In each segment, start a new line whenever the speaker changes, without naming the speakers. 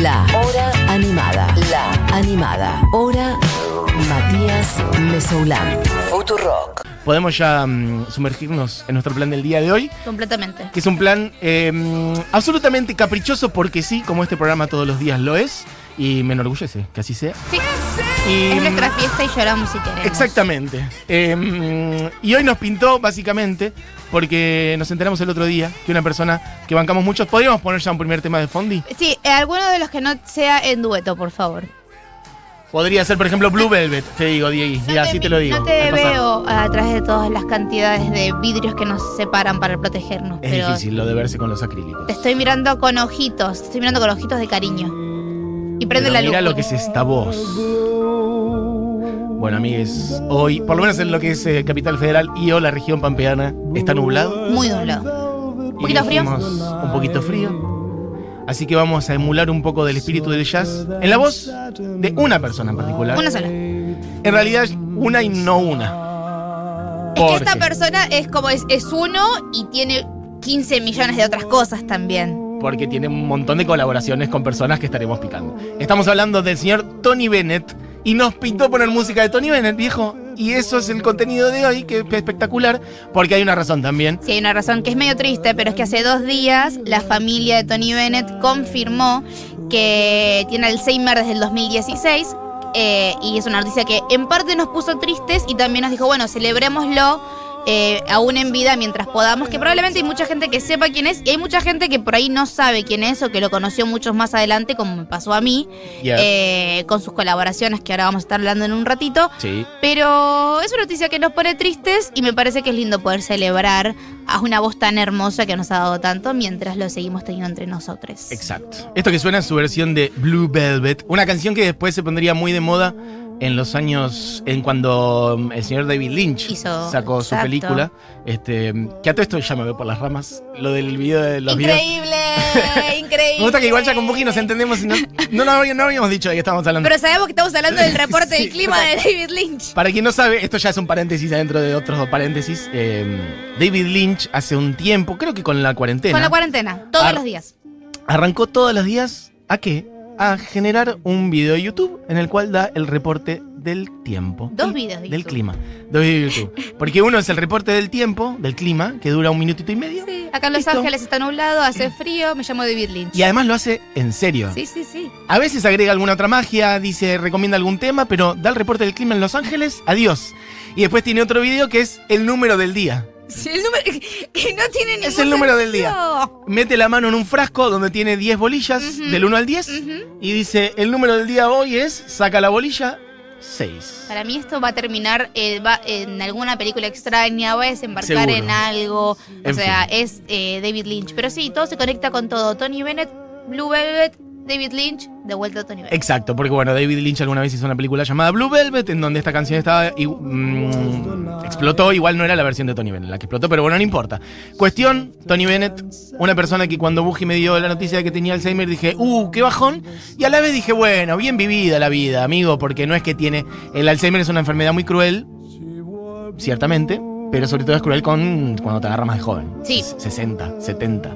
La Hora Animada. La Animada. Hora Matías Mesoulán. Futurock.
Podemos ya mm, sumergirnos en nuestro plan del día de hoy,
Completamente.
que es un plan eh, absolutamente caprichoso porque sí, como este programa todos los días lo es, y me enorgullece que así sea.
Sí,
Y,
es nuestra
mm,
fiesta y lloramos si queremos.
Exactamente. Eh, y hoy nos pintó, básicamente, porque nos enteramos el otro día que una persona que bancamos muchos. ¿Podríamos poner ya un primer tema de Fondi?
Sí, eh, alguno de los que no sea en dueto, por favor.
Podría ser, por ejemplo, Blue Velvet, te digo, Diego. y así te lo digo.
No te
al pasar.
veo a través de todas las cantidades de vidrios que nos separan para protegernos,
Es
pero
difícil lo de verse con los acrílicos.
te estoy mirando con ojitos, te estoy mirando con ojitos de cariño. Y prende
Pero
la luz.
Mira lo
por
que es esta voz. Bueno, amigues, hoy, por lo menos en lo que es eh, Capital Federal y o la región pampeana, está nublado.
Muy doblado.
¿Un
poquito frío?
Un poquito frío. Así que vamos a emular un poco del espíritu del jazz en la voz de una persona en particular.
Una sola.
En realidad, una y no una.
Es que
Porque
esta persona es como es, es uno y tiene 15 millones de otras cosas también.
porque tiene un montón de colaboraciones con personas que estaremos picando. Estamos hablando del señor Tony Bennett y nos pintó poner música de Tony Bennett, viejo. Y eso es el contenido de hoy, que es espectacular, porque hay una razón también.
Sí, hay una razón que es medio triste, pero es que hace dos días la familia de Tony Bennett confirmó que tiene Alzheimer desde el 2016. eh, y es una noticia que en parte nos puso tristes y también nos dijo, bueno, celebrémoslo eh, aún en vida mientras podamos, que probablemente hay mucha gente que sepa quién es y hay mucha gente que por ahí no sabe quién es o que lo conoció muchos más adelante, como me pasó a mí,
Yeah.
eh, con sus colaboraciones que ahora vamos a estar hablando en un ratito.
Sí.
Pero es una noticia que nos pone tristes y me parece que es lindo poder celebrar a una voz tan hermosa que nos ha dado tanto mientras lo seguimos teniendo entre nosotros.
Exacto. Esto que suena es su versión de Blue Velvet, una canción que después se pondría muy de moda en los años en cuando mm, el señor David Lynch
Hizo-
sacó su
exacto.
película, este, que a todo esto ya me veo por las ramas, lo del video de los videos.
Increíble, increíble.
Me gusta que igual ya con Buki nos entendemos y no, no, no habíamos- no habíamos dicho de qué estábamos hablando.
Este. Pero sabemos que estamos hablando del reporte
Sí,
del clima de David Lynch.
Para quien no sabe, esto ya es un paréntesis adentro de otros dos paréntesis. eh, David Lynch hace un tiempo, creo que con la cuarentena,
Con la cuarentena, todos
Ar-
los días.
arrancó todos los días a qué? A generar un video de YouTube en el cual da el reporte del tiempo.
Dos videos de
Del
YouTube.
clima. Dos videos de YouTube. Porque uno es el reporte del tiempo, del clima, que dura un minutito y medio.
Sí, acá en Los
Listo.
Ángeles está nublado, hace frío, me llamo David Lynch.
Y además lo hace en serio.
Sí, sí, sí.
A veces agrega alguna otra magia, dice, recomienda algún tema, pero da el reporte del clima en Los Ángeles, adiós. Y después tiene otro video que es el número del día.
Sí, el número que no tiene ningún
Es el número del
sentido.
Mete la mano en un frasco donde tiene 10 bolillas,
Ujú.
del 1 al 10,
Ujú.
y dice, el número del día hoy es, saca la bolilla, 6.
Para mí esto va a terminar eh, va en alguna película extraña, va a desembarcar
Seguro.
en algo.
En
o sea,
fin.
es eh, David Lynch. Pero sí, todo se conecta con todo. Tony Bennett, Blue Velvet, David Lynch, de vuelta a Tony Bennett.
Exacto, porque bueno, David Lynch alguna vez hizo una película llamada Blue Velvet, en donde esta canción estaba. y, mm, explotó, igual no era la versión de Tony Bennett la que explotó, pero bueno, no importa. Cuestión: Tony Bennett, una persona que cuando Buji me dio la noticia de que tenía Alzheimer dije, uh, qué bajón. Y a la vez dije, bueno, bien vivida la vida, amigo, porque no es que tiene. El Alzheimer es una enfermedad muy cruel, ciertamente, pero sobre todo es cruel con cuando te agarra más de joven.
Sí.
60, 70.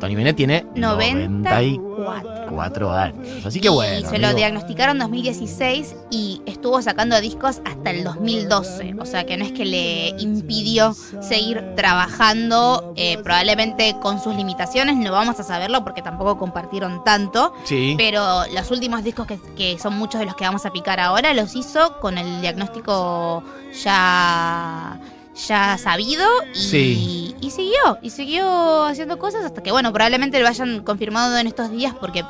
Tony Bennett tiene
94.
94 años. Así que bueno.
Y se lo
amigo.
diagnosticaron en 2016 y estuvo sacando discos hasta el 2012. O sea que no es que le impidió seguir trabajando, eh, probablemente con sus limitaciones. No vamos a saberlo porque tampoco compartieron tanto.
Sí.
Pero los últimos discos que, que son muchos de los que vamos a picar ahora los hizo con el diagnóstico ya, ya sabido y,
Sí.
y siguió, y siguió haciendo cosas hasta que, bueno, probablemente lo hayan confirmado en estos días porque eh,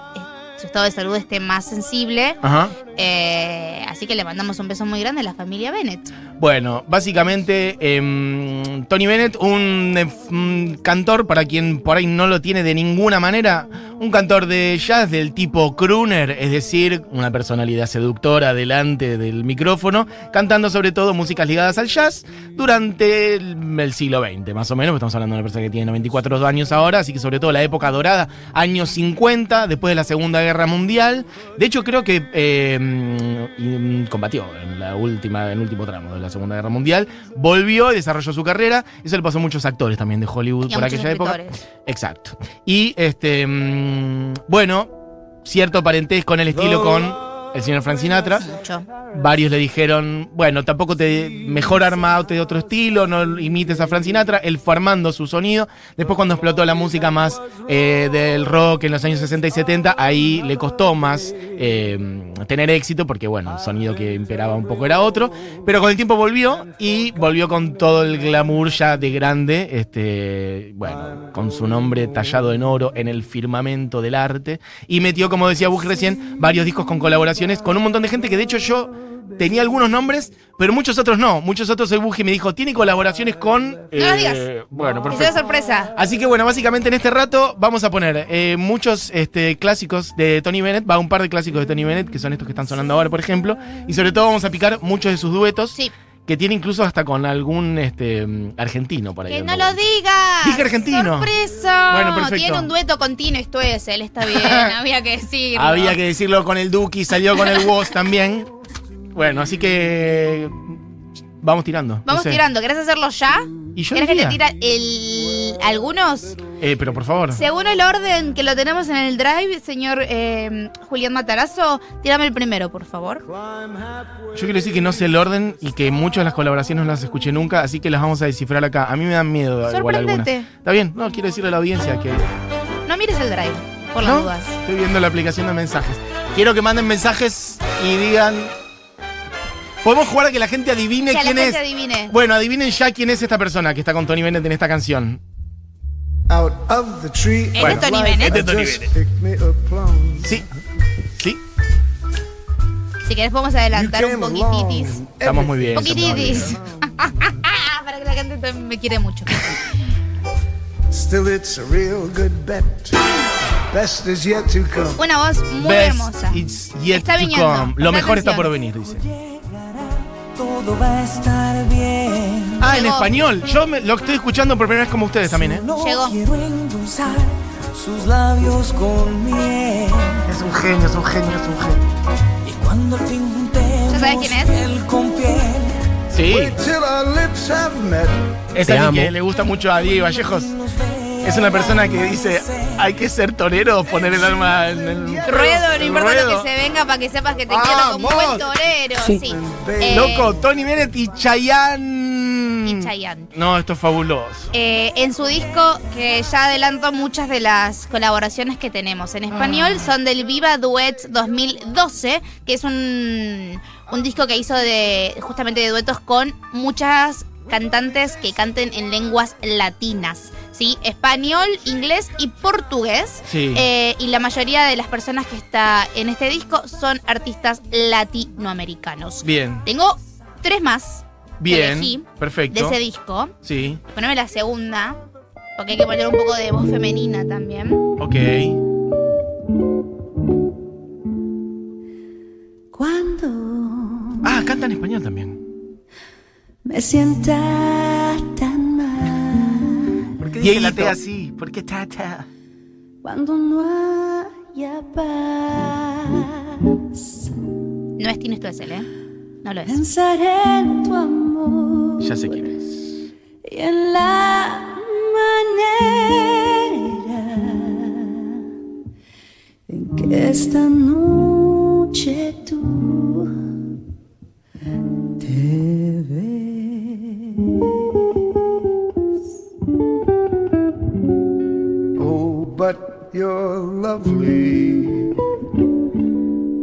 su estado de salud esté más sensible.
Ajá.
Eh, así que le mandamos un beso muy grande a la familia Bennett.
Bueno, básicamente em, Tony Bennett, un, eh, f- un cantor para quien por ahí no lo tiene de ninguna manera, un cantor de jazz del tipo crooner, es decir, una personalidad seductora delante del micrófono, cantando sobre todo músicas ligadas al jazz durante el, el siglo XX, más o menos, porque estamos hablando de una persona que tiene 94 años ahora, así que sobre todo la época dorada, años 50, después de la Segunda Guerra Mundial. De hecho, creo que eh, mm, y, mm, combatió en, la última, en el último tramo de la Segunda Guerra Mundial, volvió y desarrolló su carrera. Eso le pasó a muchos actores también de Hollywood
Y a
por
muchos
aquella época.
escritores.
Exacto. Y este. mm, bueno. cierto parentesco en el estilo con el señor Frank Sinatra.
Mucho.
Varios le dijeron, bueno, tampoco te mejor armate de otro estilo, no imites a Frank Sinatra. Él fue armando su sonido. Después cuando explotó la música más eh, del rock en los años 60 y 70, ahí le costó más eh, tener éxito porque, bueno, el sonido que imperaba un poco era otro. Pero con el tiempo volvió y volvió con todo el glamour ya de grande, este, bueno, con su nombre tallado en oro en el firmamento del arte. Y metió, como decía Bush recién, varios discos con colaboraciones con un montón de gente que de hecho yo tenía algunos nombres, pero muchos otros no. Muchos otros el Buji me dijo, tiene colaboraciones con...
lo digas.
Eh, Bueno,
Y se da
perfecto.
sorpresa.
Así que bueno, básicamente en este rato vamos a poner eh, muchos este, clásicos de Tony Bennett, va un par de clásicos de Tony Bennett, que son estos que están sonando ahora, por ejemplo, y sobre todo vamos a picar muchos de sus duetos,
Sí.
que tiene incluso hasta con algún este, mm, argentino por ahí.
Que no
dando
lo
vueltas.
digas.
Dije argentino.
Sorpresa.
Bueno, perfecto.
Tiene un dueto con Tino Estués, él está bien, había que decirlo.
Había que decirlo con el Duki, salió con el Woz también. Bueno, así que vamos tirando. no
Vamos
sé.
tirando, ¿querés hacerlo ya?
Y yo
¿Querés que te
diría-
tira el... algunos?
Eh, pero por favor.
Según el orden que lo tenemos en el drive, señor eh, Julián Matarazo, tírame el primero, por favor.
Yo quiero decir que no sé el orden y que muchas de las colaboraciones no las escuché nunca, así que las vamos a descifrar acá. A mí me dan miedo igual algunas.
Sorprendete.
Está bien, no, quiero decirle a la audiencia que.
No mires el drive, por las
¿No?
dudas.
Estoy viendo la aplicación de mensajes. Quiero que manden mensajes y digan. Podemos jugar a que la gente adivine
Que a la
quién
gente
es.
adivine.
Bueno, adivinen ya quién es esta persona que está con Tony Bennett en esta canción.
out of the tree.
Este es Tony Bennett.
Este es Tony
Just pick me a plum.
Sí. Sí.
Si querés podemos adelantar un poquititis.
Estamos muy bien. estamos muy bien.
Poquititis. Para que la gente también me quiere mucho.
Still, it's a real good bet. Best is yet to come.
Una voz muy
Best
hermosa.
It's yet
Está
to
viniendo.
come. Lo
Pon
mejor está
atención.
por venir, dice.
Todo va a estar bien.
Ah, en
Llegó.
español. Yo me- lo estoy escuchando por primera vez como ustedes también, ¿eh?
No
Llegó.
quiero endulzar sus labios con miel.
Es un genio, es un genio, es un genio.
Y cuando al fin juntemos
¿Ya sabes quién es?
piel con piel,
Sí.
Wait till our lips have met.
Es
Te
alguien
amo.
que le gusta mucho a Diego Vallejos.
nos veremos.
Es una persona que dice, hay que ser torero, poner el alma en el...
Ruedo, no importa lo
ruedo.
que se venga para que sepas que te quiero como un buen
¡Vamos!
torero. Sí.
Sí.
Eh,
Loco, Tony Bennett y Chayanne.
Y Chayanne.
No, esto es fabuloso.
Eh, en su disco, que ya adelanto muchas de las colaboraciones que tenemos en español,
Mm.
son del Viva Duets 2012, que es un, un disco que hizo de justamente de duetos con muchas cantantes que canten en lenguas latinas, ¿sí? Español, inglés y portugués.
Sí.
Eh, y la mayoría de las personas que está en este disco son artistas latinoamericanos.
Bien,
Tengo tres más
bien,
elegí de
perfecto.
ese disco.
Sí,
Poneme la segunda. Porque hay que poner un poco de voz femenina también.
ok.
Cuando
Ah, canta en español también.
me sienta tan mal,
¿Por qué
dice la T
así? ¿Por qué tata?
cuando no haya paz,
No es Tino Stoessel, ¿eh? No lo es.
pensaré en tu amor
Ya sé quién es.
y en la manera en que esta noche tú te ves.
Oh, but you're lovely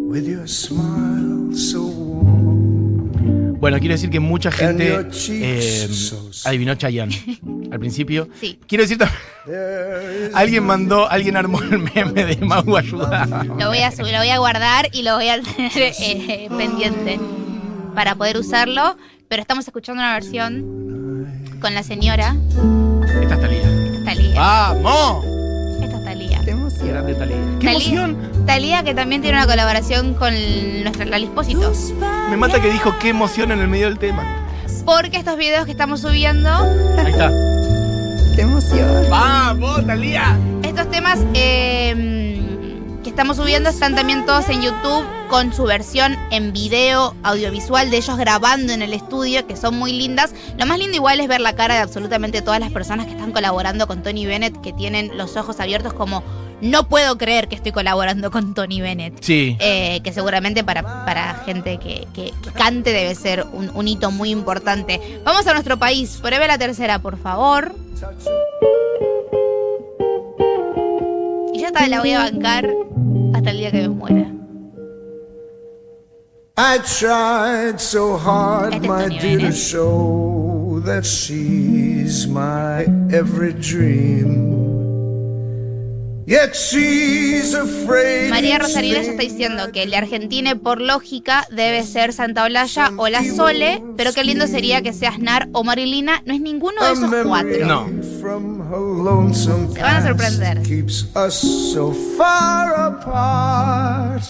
with your smile so warm.
Bueno, quiero decir que mucha gente
And your cheeks
eh,
so-
adivinó Chayanne al principio.
Sí.
Quiero decir también,
There is
alguien mandó, alguien armó el meme de Mau ayudado.
Lo voy a, subir, lo voy a guardar y lo voy a tener eh, pendiente para poder usarlo. Pero estamos escuchando una versión con la señora.
Esta es Talía.
Esta es Talía.
¡Vamos!
Esta es Talía.
Ah. Qué grande Talía. ¡Qué
Talía-
emoción!
Talía que también tiene una colaboración con nuestra Lali Espósito.
Me mata que dijo qué emoción en el medio del tema.
Porque estos videos que estamos subiendo,
Ahí está.
¡Qué emoción!
¡Vamos, Talía!
estos temas eh, que estamos subiendo están también todos en YouTube con su versión en video audiovisual de ellos grabando en el estudio, que son muy lindas. Lo más lindo igual es ver la cara de absolutamente todas las personas que están colaborando con Tony Bennett, que tienen los ojos abiertos como no puedo creer que estoy colaborando con Tony Bennett.
Sí.
Eh, que seguramente para, para gente que, que- que cante debe ser un, un hito muy importante. Vamos a nuestro país. Pruebe la tercera, por favor. Y ya está, la voy a bancar hasta el día que me muera.
I tried so hard,
Este
my
Tony
dear, to
Bennett.
show that she's my every dream. Yet she's afraid.
María
each
Rosalina ya
thing
está diciendo que el de Argentina, por lógica, debe ser Santa Olalla o La Sole, pero qué lindo sería que sea Aznar o Marilina. No es ninguno de
a
esos
memory
cuatro.
No.
From her lonesome
Se van a
past
sorprender.
Keeps us so far apart.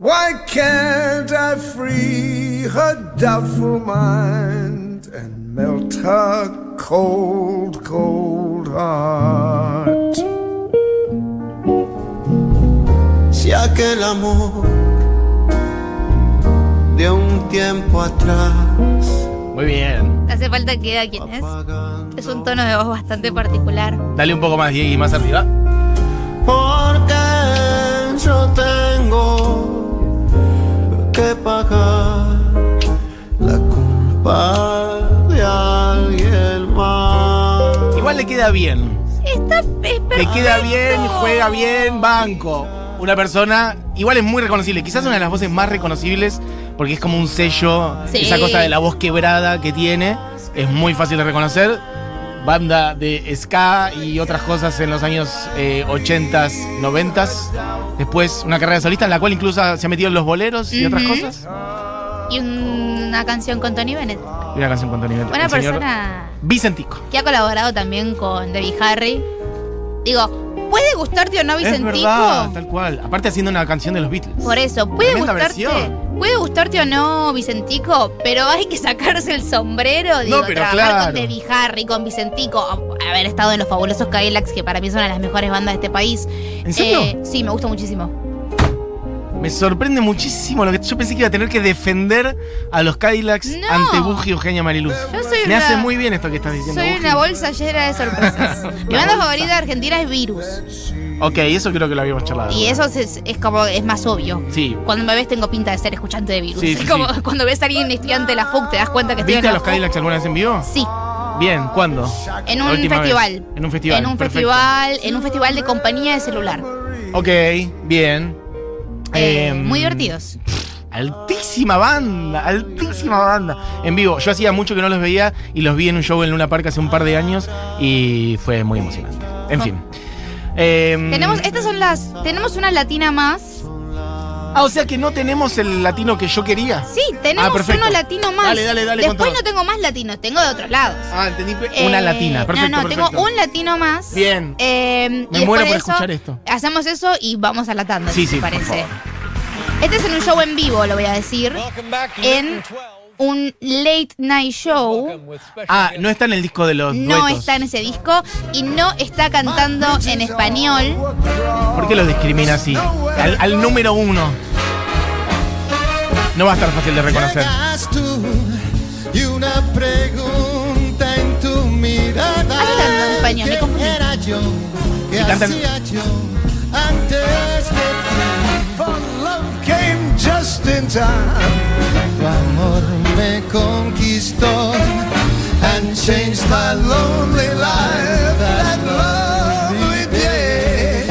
Why can't I free her doubtful mind and melt her cold, cold heart?
Si aquel amor de un tiempo atrás
Muy bien.
Hace falta que diga quién es.
apagando
Es un tono de voz bastante particular.
Dale un poco más, Diego, y más arriba.
Porque yo tengo que pagar la culpa de alguien más.
Igual le queda bien.
Está es
Le queda
perfecto.
bien, juega bien, banco. Una persona, igual es muy reconocible, quizás una de las voces más reconocibles, porque es como un sello,
Sí.
esa cosa de la voz quebrada que tiene, es muy fácil de reconocer. Banda de ska y otras cosas en los años eh, 80s, 90s. Después una carrera solista en la cual incluso se ha metido en los boleros y otras
Ujú.
cosas.
Y una canción con Tony Bennett.
Y una canción con Tony Bennett,
Una
el señor
persona
Vicentico.
que ha colaborado también con Debbie Harry. Digo, ¿puede gustarte o no
Es
Vicentico?
verdad, tal cual. Aparte haciendo una canción de los Beatles.
Por e- eso, puede
Tremenda
gustarte,
versión.
puede gustarte o no, Vicentico, pero hay que sacarse el sombrero, digo,
pero
trabajar
claro.
con Debbie Harry, con Vicentico, a- haber estado en los fabulosos Cadillacs, que para mí es una de las mejores bandas de este país.
¿En serio?
Eh, sí, me gusta muchísimo.
Me sorprende muchísimo lo que yo pensé que iba a tener que defender a los Cadillacs
No.
ante Buji y Eugenia Mariluz.
Yo soy
Me
una-
hace muy bien esto que estás diciendo.
Soy
Buji.
una bolsa llena de sorpresas. Mi banda
bolsa.
favorita de Argentina es Virus.
Ok, eso creo que lo habíamos charlado.
Y eso es, es como es más obvio.
Sí.
Cuando me ves tengo pinta de ser escuchante de virus.
Sí,
es
sí,
como
sí.
cuando ves a alguien estudiante de la FUC, te das cuenta que estoy en
¿Viste
la
a los
FUC.
Cadillacs alguna vez en vivo?
Sí,
Bien, ¿cuándo?
en
La
un
última
festival.
vez. En un festival,
En un
perfecto.
festival, en un festival de compañía de celular.
Ok, bien.
Eh,
Em,
muy divertidos.
Altísima banda, altísima banda. En vivo, yo hacía mucho que no los veía y los vi en un show en Luna Park hace un par de años y fue muy emocionante. En fin. Em,
Tenemos, estas son las. Tenemos una latina más.
Ah, o sea que no tenemos el latino que yo quería.
Sí, tenemos
Ah, perfecto.
uno latino más.
Dale, dale, dale, con
Después
todo.
no tengo más latinos, tengo de otros lados.
Ah, entendí. Una
Eh,
latina, perfecto.
No, no,
perfecto.
tengo un latino más.
Bien.
Eh, y
Me
después
muero por
de eso,
escuchar esto.
Hacemos eso y vamos a la tanda,
Sí,
si
sí,
te
por
parece.
favor.
Este es en un show en vivo, lo voy a decir. En un late night show.
Ah, no está en el disco de los
No
duetos.
está en ese disco y no está cantando en español.
¿Por qué los discrimina así? Al, al número uno. No va a estar fácil de reconocer.
Llegas tú y una pregunta en tu mirada.
Hace tanto en español, me confundí.
¿Quién era yo? ¿Qué
Y cantan-
hacía yo antes de ti?
For love came just in time.
Tu amor me conquistó. And changed my
My lonely life, that lovely day.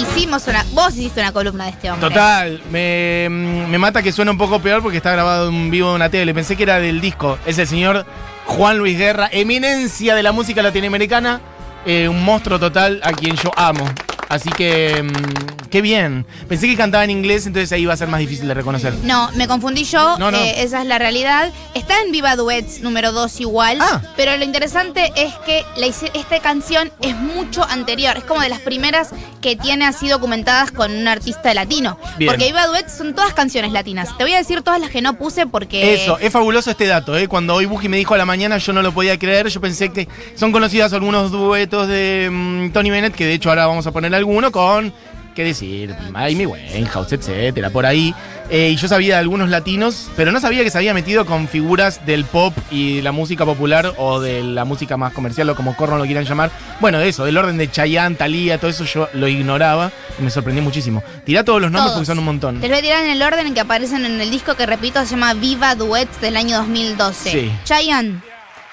Hicimos una. Vos hiciste una columna de este hombre.
Total, me, mm, me mata que suena un poco peor porque está grabado en vivo en una tele. Pensé que era del disco. Es el señor Juan Luis Guerra, eminencia de la música latinoamericana, eh, un monstruo total a quien yo amo. Así que, mm, qué bien. Pensé que cantaba en inglés, entonces ahí iba a ser más difícil de reconocer.
No, me confundí yo,
No, no.
eh, esa es la realidad. Está en Viva Duets número 2 igual,
Ah.
pero lo interesante es que la hice- esta canción es mucho anterior, es como de las primeras que tiene así documentadas con un artista latino.
Bien.
Porque Viva Duets son todas canciones latinas. Te voy a decir todas las que no puse porque...
Eso, es fabuloso este dato, ¿eh? Cuando hoy Buji me dijo a la mañana yo no lo podía creer, yo pensé que son conocidas algunos duetos de mm, Tony Bennett, que de hecho ahora vamos a poner alguno con qué decir, Amy Winehouse, etcétera, por ahí. Eh, y yo sabía de algunos latinos, pero no sabía que se había metido con figuras del pop y la música popular o de la música más comercial o como corno lo quieran llamar. Bueno, de eso, del orden de Chayanne, Thalía, todo eso yo lo ignoraba y me sorprendí muchísimo. Tirá todos los nombres
Todos.
porque son un montón.
Te los voy a tirar en el orden en que aparecen en el disco que repito se llama Viva Duets del año 2012.
Sí.
Chayanne,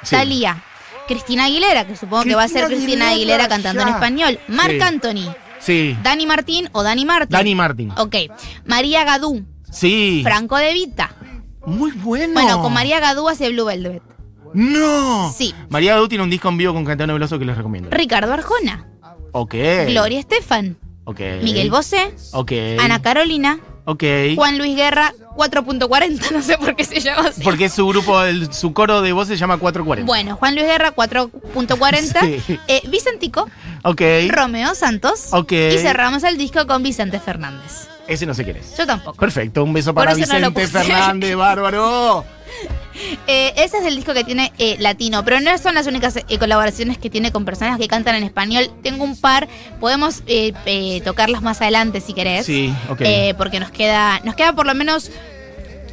Sí.
Thalía, Cristina Aguilera, que supongo que va a ser
Cristina
Cristina
Aguilera,
Aguilera, cantando en
ya.
español. Marc
Sí.
Anthony,
Sí.
Dani Martín o Dani Martín.
Dani Martin.
Ok. María Gadú,
Sí.
Franco De Vita.
Muy bueno.
Bueno, con María Gadú hace Blue Velvet.
No.
Sí.
María Gadú tiene un disco en vivo con Cantano Veloso que les recomiendo.
Ricardo Arjona,
Ok.
Gloria Estefan,
Ok.
Miguel Bosé,
Ok.
Ana Carolina,
Ok.
Juan Luis Guerra, 4.40, no sé por qué se llama así.
Porque su grupo, el- su coro de voz se llama 440.
Bueno, Juan Luis Guerra, 4.40.
Sí.
Eh, Vicentico,
Ok.
Romeo Santos.
Ok.
Y cerramos el disco con Vicente Fernández.
Ese no sé quién es.
Yo tampoco.
Perfecto, un beso
Por
para
eso no lo
Vicente
puse.
Fernández, bárbaro.
Eh, ese es el disco que tiene eh, latino, pero no son las únicas eh, colaboraciones que tiene con personas que cantan en español. Tengo un par, podemos eh, eh, tocarlas más adelante si querés.
Sí, ok.
Eh, porque nos queda, nos queda por lo menos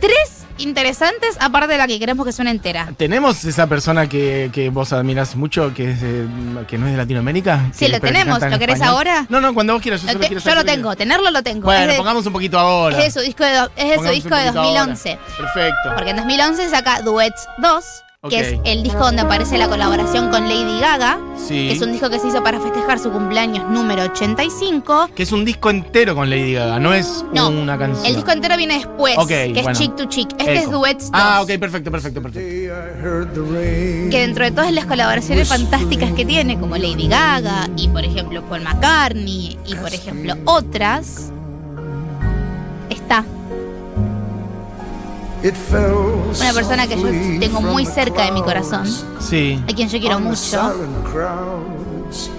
tres interesantes, aparte de la que queremos que suene entera.
¿Tenemos esa persona que, que vos admirás mucho, que, es, eh, que no es de Latinoamérica?
Sí,
Que- pero
lo
que
tenemos.
canta en
¿Lo querés
español.
ahora?
No, no, cuando vos quieras. Yo,
Lo
solo
te-
quiero
yo
saber
lo
que-
tengo, tenerlo lo tengo.
Bueno,
es de,
pongamos un poquito ahora.
es de su disco de, do- es de, su
Pongamos un
disco de
poquito ahora.
2011.
Perfecto.
Porque en 2011 saca Duets 2, que
Ok.
es el disco donde aparece la colaboración con Lady Gaga,
Sí.
que es un disco que se hizo para festejar su cumpleaños número 85.
Que es un disco entero con Lady Gaga, no es
No,
una canción.
El disco entero viene después,
Ok,
que
bueno.
es Chick to Chick. Este es
Eco.
Duets 2.
Ah, ok, perfecto, perfecto, perfecto.
Day I heard the rain.
Que dentro de todas las colaboraciones fantásticas que tiene, como Lady Gaga y por ejemplo Paul McCartney y por ejemplo otras, está
It fell
una persona que yo
softly
tengo
from
muy
the
cerca de mi
clouds
corazón,
Sí.
a quien yo quiero
on the
mucho.
silent crowds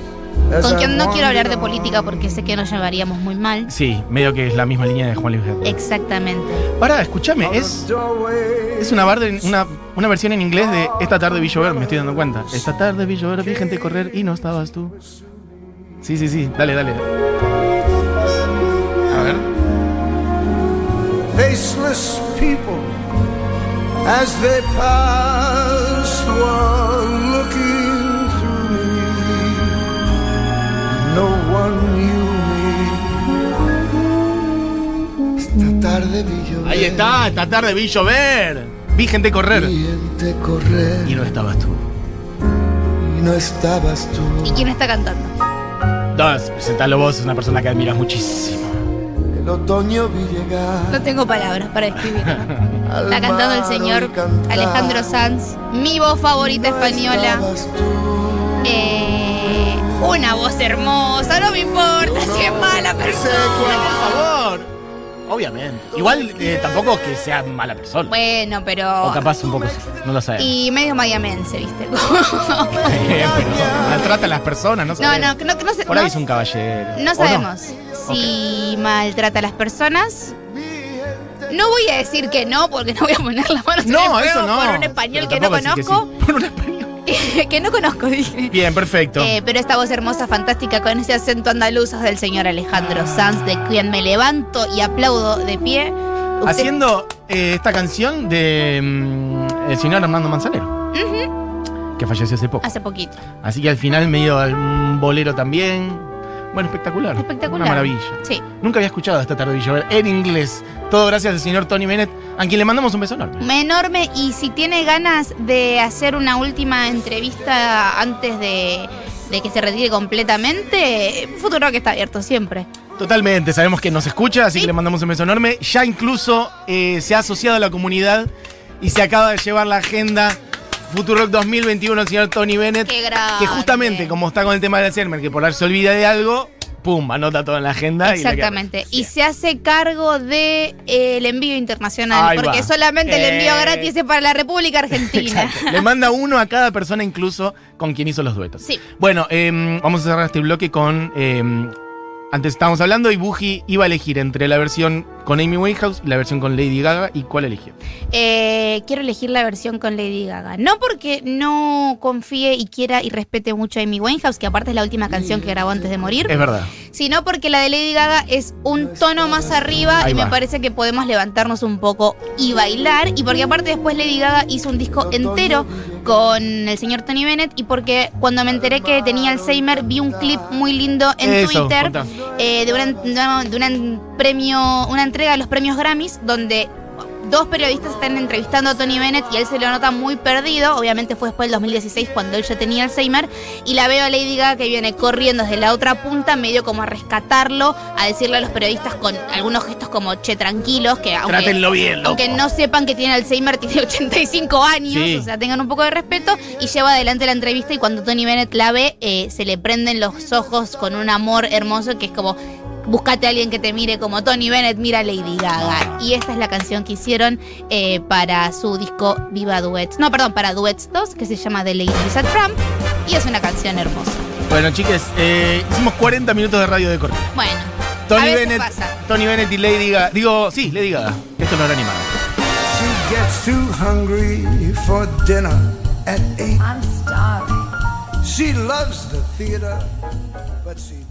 as
con
I
quien no quiero hablar de
wandered
política
on.
porque sé que nos llevaríamos muy mal.
Sí, medio que es la misma línea de Juan Luis Guerra.
Exactamente.
Pará, escúchame, es, es una, bar de- una, una versión en inglés de Esta tarde vi llover, me estoy dando cuenta. Esta tarde vi llover, vi gente correr y no estabas tú. Sí, sí, sí, dale, dale. A ver.
Faceless people as they passed were looking through me. No one knew me. Esta tarde vi llover.
Ahí está, esta tarde vi llover. Vi gente correr
vi gente correr
y no estabas tú.
y no estabas tú.
¿Y quién está cantando?
Dos, presentalo vos, es una persona que admiras muchísimo.
El otoño vi llegar.
No tengo palabras para describirlo. Está cantando el señor Alejandro
Sánchez
Sanz, mi voz favorita española. Eh, una voz hermosa, no me importa si es mala persona.
Por favor. Obviamente. Igual eh, tampoco que sea mala persona.
Bueno,
O
pero.
capaz un poco, sí, no lo sabemos.
Y medio mayamense, ¿viste? no,
Eh, pero maltrata a las personas, ¿no?
no,
sabemos.
no, no, sé-
Por ahí
no-
es un caballero. ¿o
No sabemos si maltrata a las personas. No voy a decir que no, porque no voy a poner las manos en el
No,
fuego
eso no.
por un español
Pero
que no
tampoco decir
conozco.
que sí. Por un español.
Que, no conozco, dije.
Bien, perfecto.
Eh, pero esta voz hermosa, fantástica, con ese acento andaluz es del señor
Ah.
Alejandro Sanz, de quien me levanto y aplaudo de pie. Usted-
Haciendo eh, esta canción de mm, el señor Armando Manzanero. Que falleció hace poco.
Hace poquito.
Así que al final me dio un bolero también. Bueno, espectacular.
Espectacular.
Una maravilla.
Sí.
Nunca había escuchado esta tarde de llover en inglés. Todo gracias al señor Tony Bennett, a quien le mandamos un beso enorme.
Enorme. Y si tiene ganas de hacer una última entrevista antes de, de que se retire completamente, futuro que está abierto siempre.
Totalmente, sabemos que nos escucha, así que le mandamos un beso enorme. Ya incluso eh, se ha asociado a la comunidad y se acaba de llevar la agenda Futurock 2021 al señor Tony Bennett.
Qué grande.
Que justamente, como está con el tema del Alzheimer, que por ahí se olvida de algo, pum, anota todo en la agenda. y la
Exactamente.
queda.
Y se hace cargo de eh, el envío internacional,
Ahí
porque
va.
solamente el envío
Eh.
gratis es para la República Argentina.
Exacto. Le manda uno a cada persona, incluso con quien hizo los duetos.
Sí.
Bueno, em, vamos a cerrar este bloque con. em, antes estábamos hablando y Buji iba a elegir entre la versión con Amy Winehouse y la versión con Lady Gaga. ¿Y cuál eligió?
Eh, quiero elegir la versión con Lady Gaga. No porque no confíe y quiera y respete mucho a Amy Winehouse, que aparte es la última canción que grabó antes de morir,
Es verdad.
sino porque la de Lady Gaga es un tono más arriba
Ahí
y
va.
me parece que podemos levantarnos un poco y bailar. Y porque aparte después Lady Gaga hizo un disco entero con el señor Tony Bennett y porque cuando me enteré que tenía Alzheimer vi un clip muy lindo en
Eso,
Twitter
contá.
eh, de, una, de una premio, una entrega de los premios Grammys donde dos periodistas están entrevistando a Tony Bennett y él se lo nota muy perdido. Obviamente fue después del 2016 cuando él ya tenía Alzheimer y la veo a Lady Gaga que viene corriendo desde la otra punta medio como a rescatarlo, a decirle a los periodistas con algunos gestos como che tranquilos que aunque
Trátenlo bien, loco.
aunque no sepan que tiene Alzheimer, tiene 85 años,
Sí.
o sea, tengan un poco de respeto y lleva adelante la entrevista y cuando Tony Bennett la ve, eh, se le prenden los ojos con un amor hermoso que es como, búscate a alguien que te mire como Tony Bennett, mira a Lady Gaga. Y esta es la canción que hicieron eh, para su disco Viva Duets, no, perdón, para Duets 2, que se llama The Lady is a Trump y es una canción hermosa.
Bueno, chiques, eh, hicimos 40 minutos de radio de corte.
Bueno, a
Tony
veces
Bennett,
pasa.
Tony Bennett y Lady Gaga. Digo, sí, Lady Gaga. Esto no era animado.
She gets too hungry for dinner at eight. I'm starving. She loves the theater, but she